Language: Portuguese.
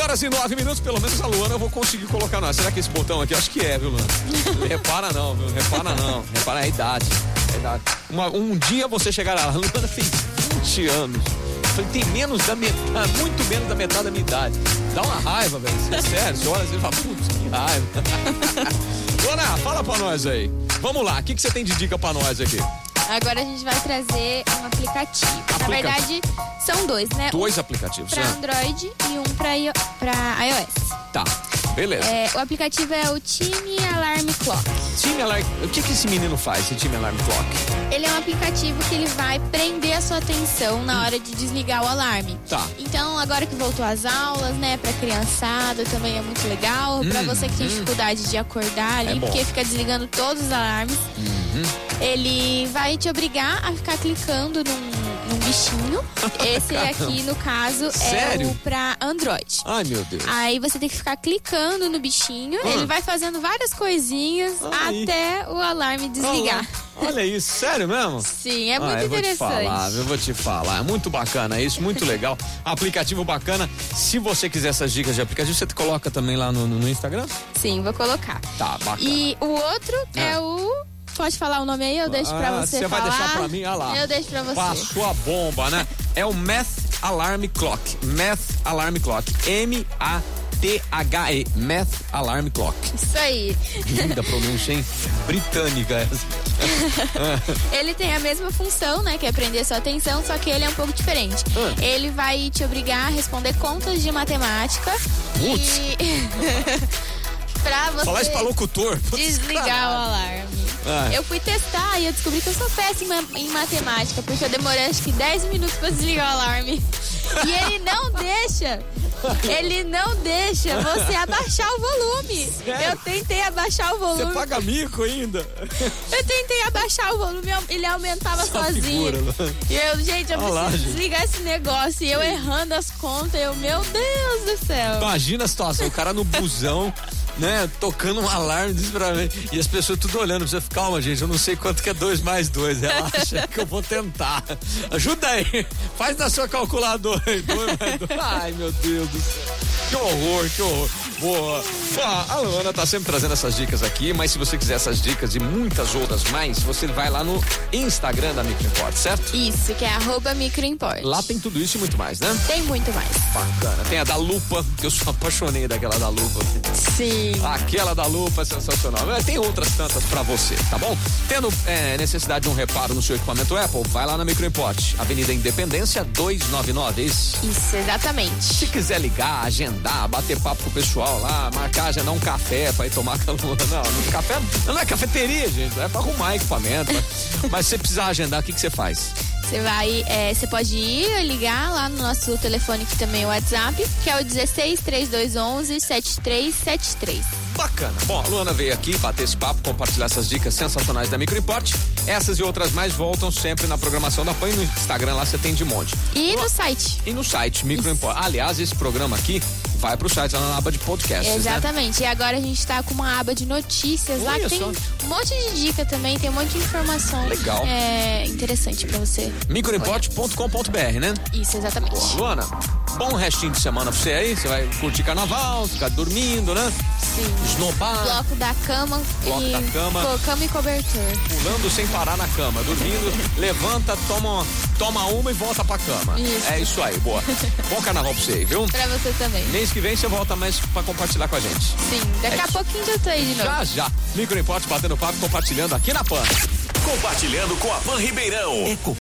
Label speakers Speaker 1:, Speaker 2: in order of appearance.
Speaker 1: horas e 9 minutos, pelo menos a Luana eu vou conseguir colocar nós. Será que esse botão aqui? Acho que é, viu, Luana? Repara não, viu? Repara não. Repara a idade. A idade. Uma- um dia você chegará lá. Luana tem 20 anos. Eu falei, tem menos da metade, muito menos da metade da minha idade. Dá uma raiva, velho. Você é sério, você olha assim e fala, putz, que raiva. Luana, fala pra nós aí. Vamos lá, o que, que você tem de dica pra nós aqui?
Speaker 2: Agora a gente vai trazer um aplicativo.
Speaker 1: Aplicativo.
Speaker 2: Na verdade, são dois, né?
Speaker 1: Dois aplicativos,
Speaker 2: Pra
Speaker 1: né?
Speaker 2: Android e um pra, i- pra iOS.
Speaker 1: Tá, beleza.
Speaker 2: É, o aplicativo é o Time Alarm Clock.
Speaker 1: Time Alarm... O que, que esse menino faz, esse time Alarm Clock?
Speaker 2: Ele é um aplicativo que ele vai prender a sua atenção na hora de desligar o alarme.
Speaker 1: Tá.
Speaker 2: Então, agora que voltou às aulas, né, pra criançada também é muito legal. pra você que tem dificuldade de acordar
Speaker 1: Hum, É
Speaker 2: ali,
Speaker 1: bom. Uhum.
Speaker 2: porque fica desligando todos os alarmes. Ele vai te obrigar a ficar clicando num, num bichinho. Esse aqui, no caso, é
Speaker 1: Sério?
Speaker 2: o pra Android.
Speaker 1: Ai, meu Deus.
Speaker 2: Aí você tem que ficar clicando no bichinho,
Speaker 1: Ah.
Speaker 2: ele vai fazendo várias coisinhas
Speaker 1: Aí.
Speaker 2: até o alarme desligar.
Speaker 1: Olha, olha isso, sério mesmo?
Speaker 2: Sim, é
Speaker 1: Ah,
Speaker 2: muito
Speaker 1: eu vou te
Speaker 2: interessante.
Speaker 1: falar, eu vou te falar. É muito bacana isso, muito legal. Aplicativo bacana. Se você quiser essas dicas de aplicativo, você coloca também lá no, no- no Instagram?
Speaker 2: Sim, vou colocar.
Speaker 1: Tá, bacana.
Speaker 2: E o outro é o. Pode falar o nome aí? Eu deixo pra
Speaker 1: Ah,
Speaker 2: você.
Speaker 1: vai
Speaker 2: falar.
Speaker 1: deixar pra mim? Ah lá.
Speaker 2: Eu deixo pra você.
Speaker 1: Passou a bomba, né? É o Math Alarm Clock. Math Alarm Clock. M-A-T-H-E. Math Alarm Clock.
Speaker 2: Isso aí.
Speaker 1: Linda pronúncia, hein? Britânica essa.
Speaker 2: Ele tem a mesma função, né? Que é prender sua atenção, só que ele é um pouco diferente.
Speaker 1: Ah.
Speaker 2: Ele vai te obrigar a responder contas de matemática.
Speaker 1: Putz.
Speaker 2: E. pra você.
Speaker 1: Falar isso pra locutor. Putz,
Speaker 2: Desligar o
Speaker 1: caralho.
Speaker 2: alarme.
Speaker 1: Ah.
Speaker 2: Eu fui testar e eu descobri que eu sou péssima em matemática, porque eu demorei acho que 10 minutos pra desligar o alarme. E ele não deixa. Ele não deixa você abaixar o volume.
Speaker 1: Sério?
Speaker 2: Eu tentei abaixar o
Speaker 1: Você
Speaker 2: volume.
Speaker 1: paga mico ainda.
Speaker 2: Eu tentei abaixar o volume, ele aumentava
Speaker 1: Só
Speaker 2: sozinho.
Speaker 1: figura, né?
Speaker 2: E eu, gente, eu
Speaker 1: Olha lá,
Speaker 2: preciso
Speaker 1: gente.
Speaker 2: desligar esse negócio. E eu errando as contas, eu, meu Deus do céu.
Speaker 1: Imagina a situação, o cara no busão, né? Tocando um alarme desesperadamente. E as pessoas tudo olhando pra você. Calma, gente, eu não sei quanto que é dois mais dois. Relaxa que eu vou tentar. Ajuda aí. Faz na sua calculadora aí. Dois mais dois. Ai, meu Deus do céu. Que horror, que horror. Boa. Ah, a Luana tá sempre trazendo essas dicas aqui, mas se você quiser essas dicas e muitas outras mais, você vai lá no Instagram da Micro Import, certo?
Speaker 2: Isso, que é arroba microimport.
Speaker 1: Lá tem tudo isso e muito mais, né?
Speaker 2: Tem muito mais.
Speaker 1: Bacana. Tem a da Lupa, que eu sou apaixonei daquela da Lupa.
Speaker 2: Sim.
Speaker 1: Aquela da lupa é sensacional. Mas Tem outras tantas pra você, tá bom? Tendo é, necessidade de um reparo no seu equipamento Apple, vai lá na Microimport, Avenida Independência 299. E se
Speaker 2: Isso, exatamente.
Speaker 1: quiser ligar, agendar, bater papo com o pessoal lá, marcar, agendar um café pra ir tomar com a Luana. Não, não, café não é cafeteria, gente. É pra arrumar equipamento. né? Mas se você precisar agendar, o que, que você faz?
Speaker 2: Você vai, é, você pode ir ligar lá no nosso telefone que também é o WhatsApp, que é o 16 3211 7373.
Speaker 1: Bacana. Bom, a Luana veio aqui bater esse papo, compartilhar essas dicas sensacionais da Microimport. Essas e outras mais voltam sempre na programação da PAN e no Instagram lá você tem de monte.
Speaker 2: E no site.
Speaker 1: E no site Microimport. Aliás, esse programa aqui vai pro site lá na aba de podcasts, né?
Speaker 2: Exatamente. E agora a gente tá com uma aba de notícias lá
Speaker 1: Olha
Speaker 2: que tem
Speaker 1: só.
Speaker 2: um monte de dica também, tem um monte de informação.
Speaker 1: Legal.
Speaker 2: É interessante pra você.
Speaker 1: Microimport.com.br, né?
Speaker 2: Isso, exatamente.
Speaker 1: Boa, Luana, bom restinho de semana pra você aí. Você vai curtir carnaval, ficar dormindo, né?
Speaker 2: Sim.
Speaker 1: Esnobar,
Speaker 2: Bloco da cama
Speaker 1: Bloco
Speaker 2: e
Speaker 1: da cama.
Speaker 2: Pô, cama e cobertor.
Speaker 1: pulando sem parar na cama, dormindo, levanta, toma, toma uma e volta pra cama.
Speaker 2: Isso.
Speaker 1: É isso aí, boa. Bom carnaval pra você aí, viu?
Speaker 2: Pra você também.
Speaker 1: Mês que vem você volta mais pra compartilhar com a gente.
Speaker 2: Sim, daqui a pouquinho eu tô aí de novo.
Speaker 1: Já, já. Microimport batendo papo, compartilhando aqui na PAN.
Speaker 3: Compartilhando com a Pan Ribeirão.
Speaker 4: Eco